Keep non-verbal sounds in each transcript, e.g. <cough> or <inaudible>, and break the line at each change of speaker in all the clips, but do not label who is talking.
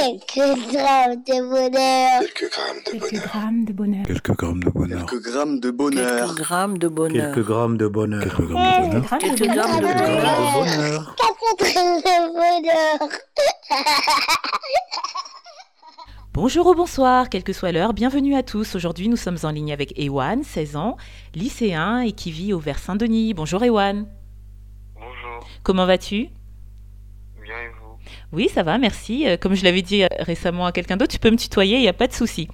Quelques grammes de bonheur.
Quelques grammes de
Quelques
bonheur.
grammes de bonheur.
Quelques grammes de bonheur.
Quelques grammes de
Quelques
bonheur.
grammes de bonheur.
Quelques grammes de bonheur.
Quelques grammes de bonheur.
Quelques
Quelques
grammes
grammes
de
de
bonheur.
bonheur.
Quatre grammes de bonheur.
Bonjour ou bonsoir, quelle que soit l'heure, bienvenue à tous. Aujourd'hui, nous sommes en ligne avec Ewan, 16 ans, lycéen et qui vit au Vers Saint-Denis. Bonjour Ewan,
Bonjour,
comment vas-tu
bien et vous
Oui, ça va, merci. Euh, Comme je l'avais dit euh, récemment à quelqu'un d'autre, tu peux me tutoyer, il n'y a pas de souci.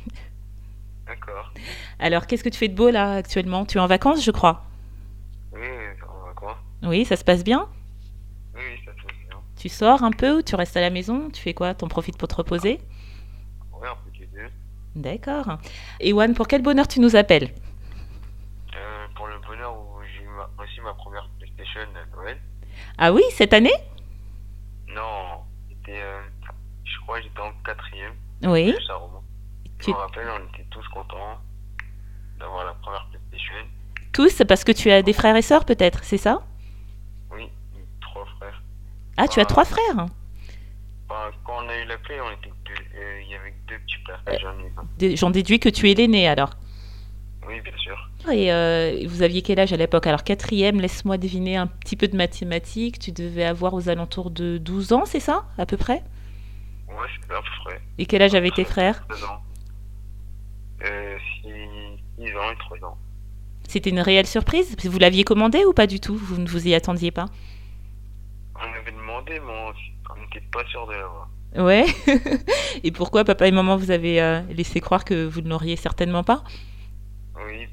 D'accord.
Alors, qu'est-ce que tu fais de beau là actuellement Tu es en vacances, je crois
Oui, on va quoi
Oui, ça se passe bien
Oui, ça se passe bien.
Tu sors un peu ou tu restes à la maison Tu fais quoi T'en profites pour te reposer
Oui, un peu des deux.
D'accord. Ewan, pour quel bonheur tu nous appelles
Euh, pour le bonheur où j'ai eu ma- reçu ma première PlayStation à Noël.
Ah oui, cette année
Non, c'était, euh, je crois que j'étais en quatrième.
Oui.
Ça remonte. Je
Tu-
me rappelle, on était tous contents d'avoir la première PlayStation.
Tous, c'est parce que tu as des frères et sœurs peut-être, c'est ça
Oui, trois frères.
Ah, tu as
Ah.
trois frères
Enfin, quand on a eu la play, on était que deux. euh, Il y avait que deux petits frères. que J'en ai eu un.
Dé- J'en déduis que tu es l'aîné alors.
Oui, bien sûr.
Et euh, vous aviez quel âge à l'époque Alors, quatrième, laisse-moi deviner un petit peu de mathématiques. Tu devais avoir aux alentours de 12 ans, c'est ça À peu près
Ouais, c'est à peu près.
Et quel âge avaient tes frères
2 ans. Euh, 6 ans et 3 ans.
C'était une réelle surprise Vous l'aviez commandé ou pas du tout Vous ne vous y attendiez pas
On avait demandé, mais on on n'était pas sûr de l'avoir.
Ouais. <laughs> et pourquoi papa et maman vous avez euh, laissé croire que vous ne l'auriez certainement pas
Oui,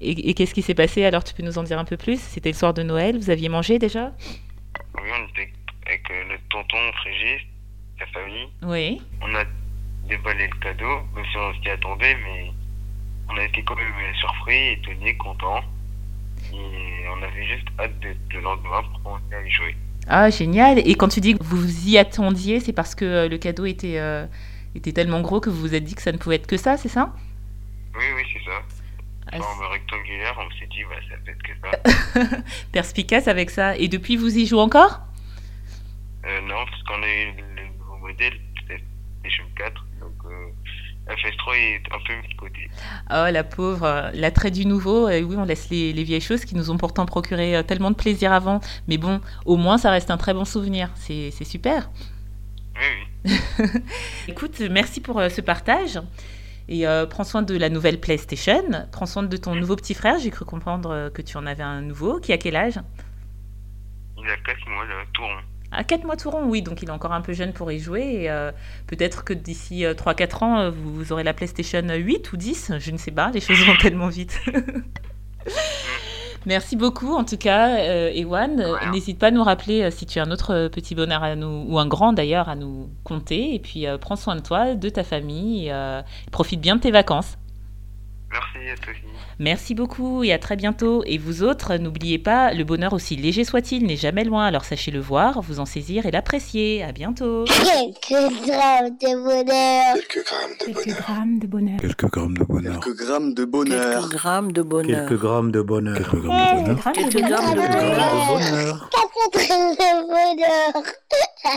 Et, et qu'est-ce qui s'est passé Alors, tu peux nous en dire un peu plus C'était le soir de Noël, vous aviez mangé déjà
oui, on était avec euh, le tonton Frégis, sa famille.
Oui.
On a déballé le cadeau, même si on s'y attendait, mais on a été quand même euh, surpris, étonnés, contents. Et on avait juste hâte de, le lendemain pour commencer à y jouer.
Ah, génial. Et quand tu dis que vous vous y attendiez, c'est parce que euh, le cadeau était, euh, était tellement gros que vous vous êtes dit que ça ne pouvait être que ça, c'est ça
Oui, oui, c'est ça.
Ah,
En rectangulaire, on s'est dit, bah, ça peut être que ça.
c'est Perspicace avec ça. Et depuis, vous y jouez encore
Euh, non, parce qu'on a eu le nouveau modèle, c'est PlayStation 4, donc euh, FS3 est un peu mis de côté.
Oh, la pauvre, euh, l'attrait du nouveau. Et oui, on laisse les, les vieilles choses qui nous ont pourtant procuré euh, tellement de plaisir avant. Mais bon, au moins, ça reste un très bon souvenir. C'est c'est super.
Oui, oui.
Écoute, merci pour euh, ce partage. Et euh, prends soin de la nouvelle PlayStation. Prends soin de ton nouveau petit frère. J'ai cru comprendre euh, que tu en avais un nouveau. Qui a quel âge
Il a 4 mois, le tourne.
À 4 mois tout rond, oui, donc il est encore un peu jeune pour y jouer. Et, euh, peut-être que d'ici 3-4 ans, euh, vous, vous aurez la PlayStation 8 ou 10, je ne sais pas, les choses vont tellement vite. <laughs> Merci beaucoup en tout cas, euh, Ewan. Euh,
Voilà.
N'hésite pas à nous rappeler euh, si tu as un autre euh, petit bonheur à nous, ou un grand d'ailleurs, à nous compter. Et puis euh, prends soin de toi, de ta famille, et, euh, profite bien de tes vacances.
Merci à toi aussi.
Merci beaucoup et à très bientôt. Et vous autres, n'oubliez pas, le bonheur aussi léger soit-il n'est jamais loin, alors sachez le voir, vous en saisir et l'apprécier. À bientôt.
Quelques grammes de bonheur.
Quelques grammes de
Quelques
bonheur.
grammes de bonheur.
Quelques grammes de bonheur.
Quelques grammes de
Quelques
bonheur.
grammes de bonheur.
Quelques grammes de bonheur.
Quelques grammes de bonheur.
Quelques
Quelques
grammes
grammes
de bonheur.
de
Bonheur.
Quatre grammes de bonheur.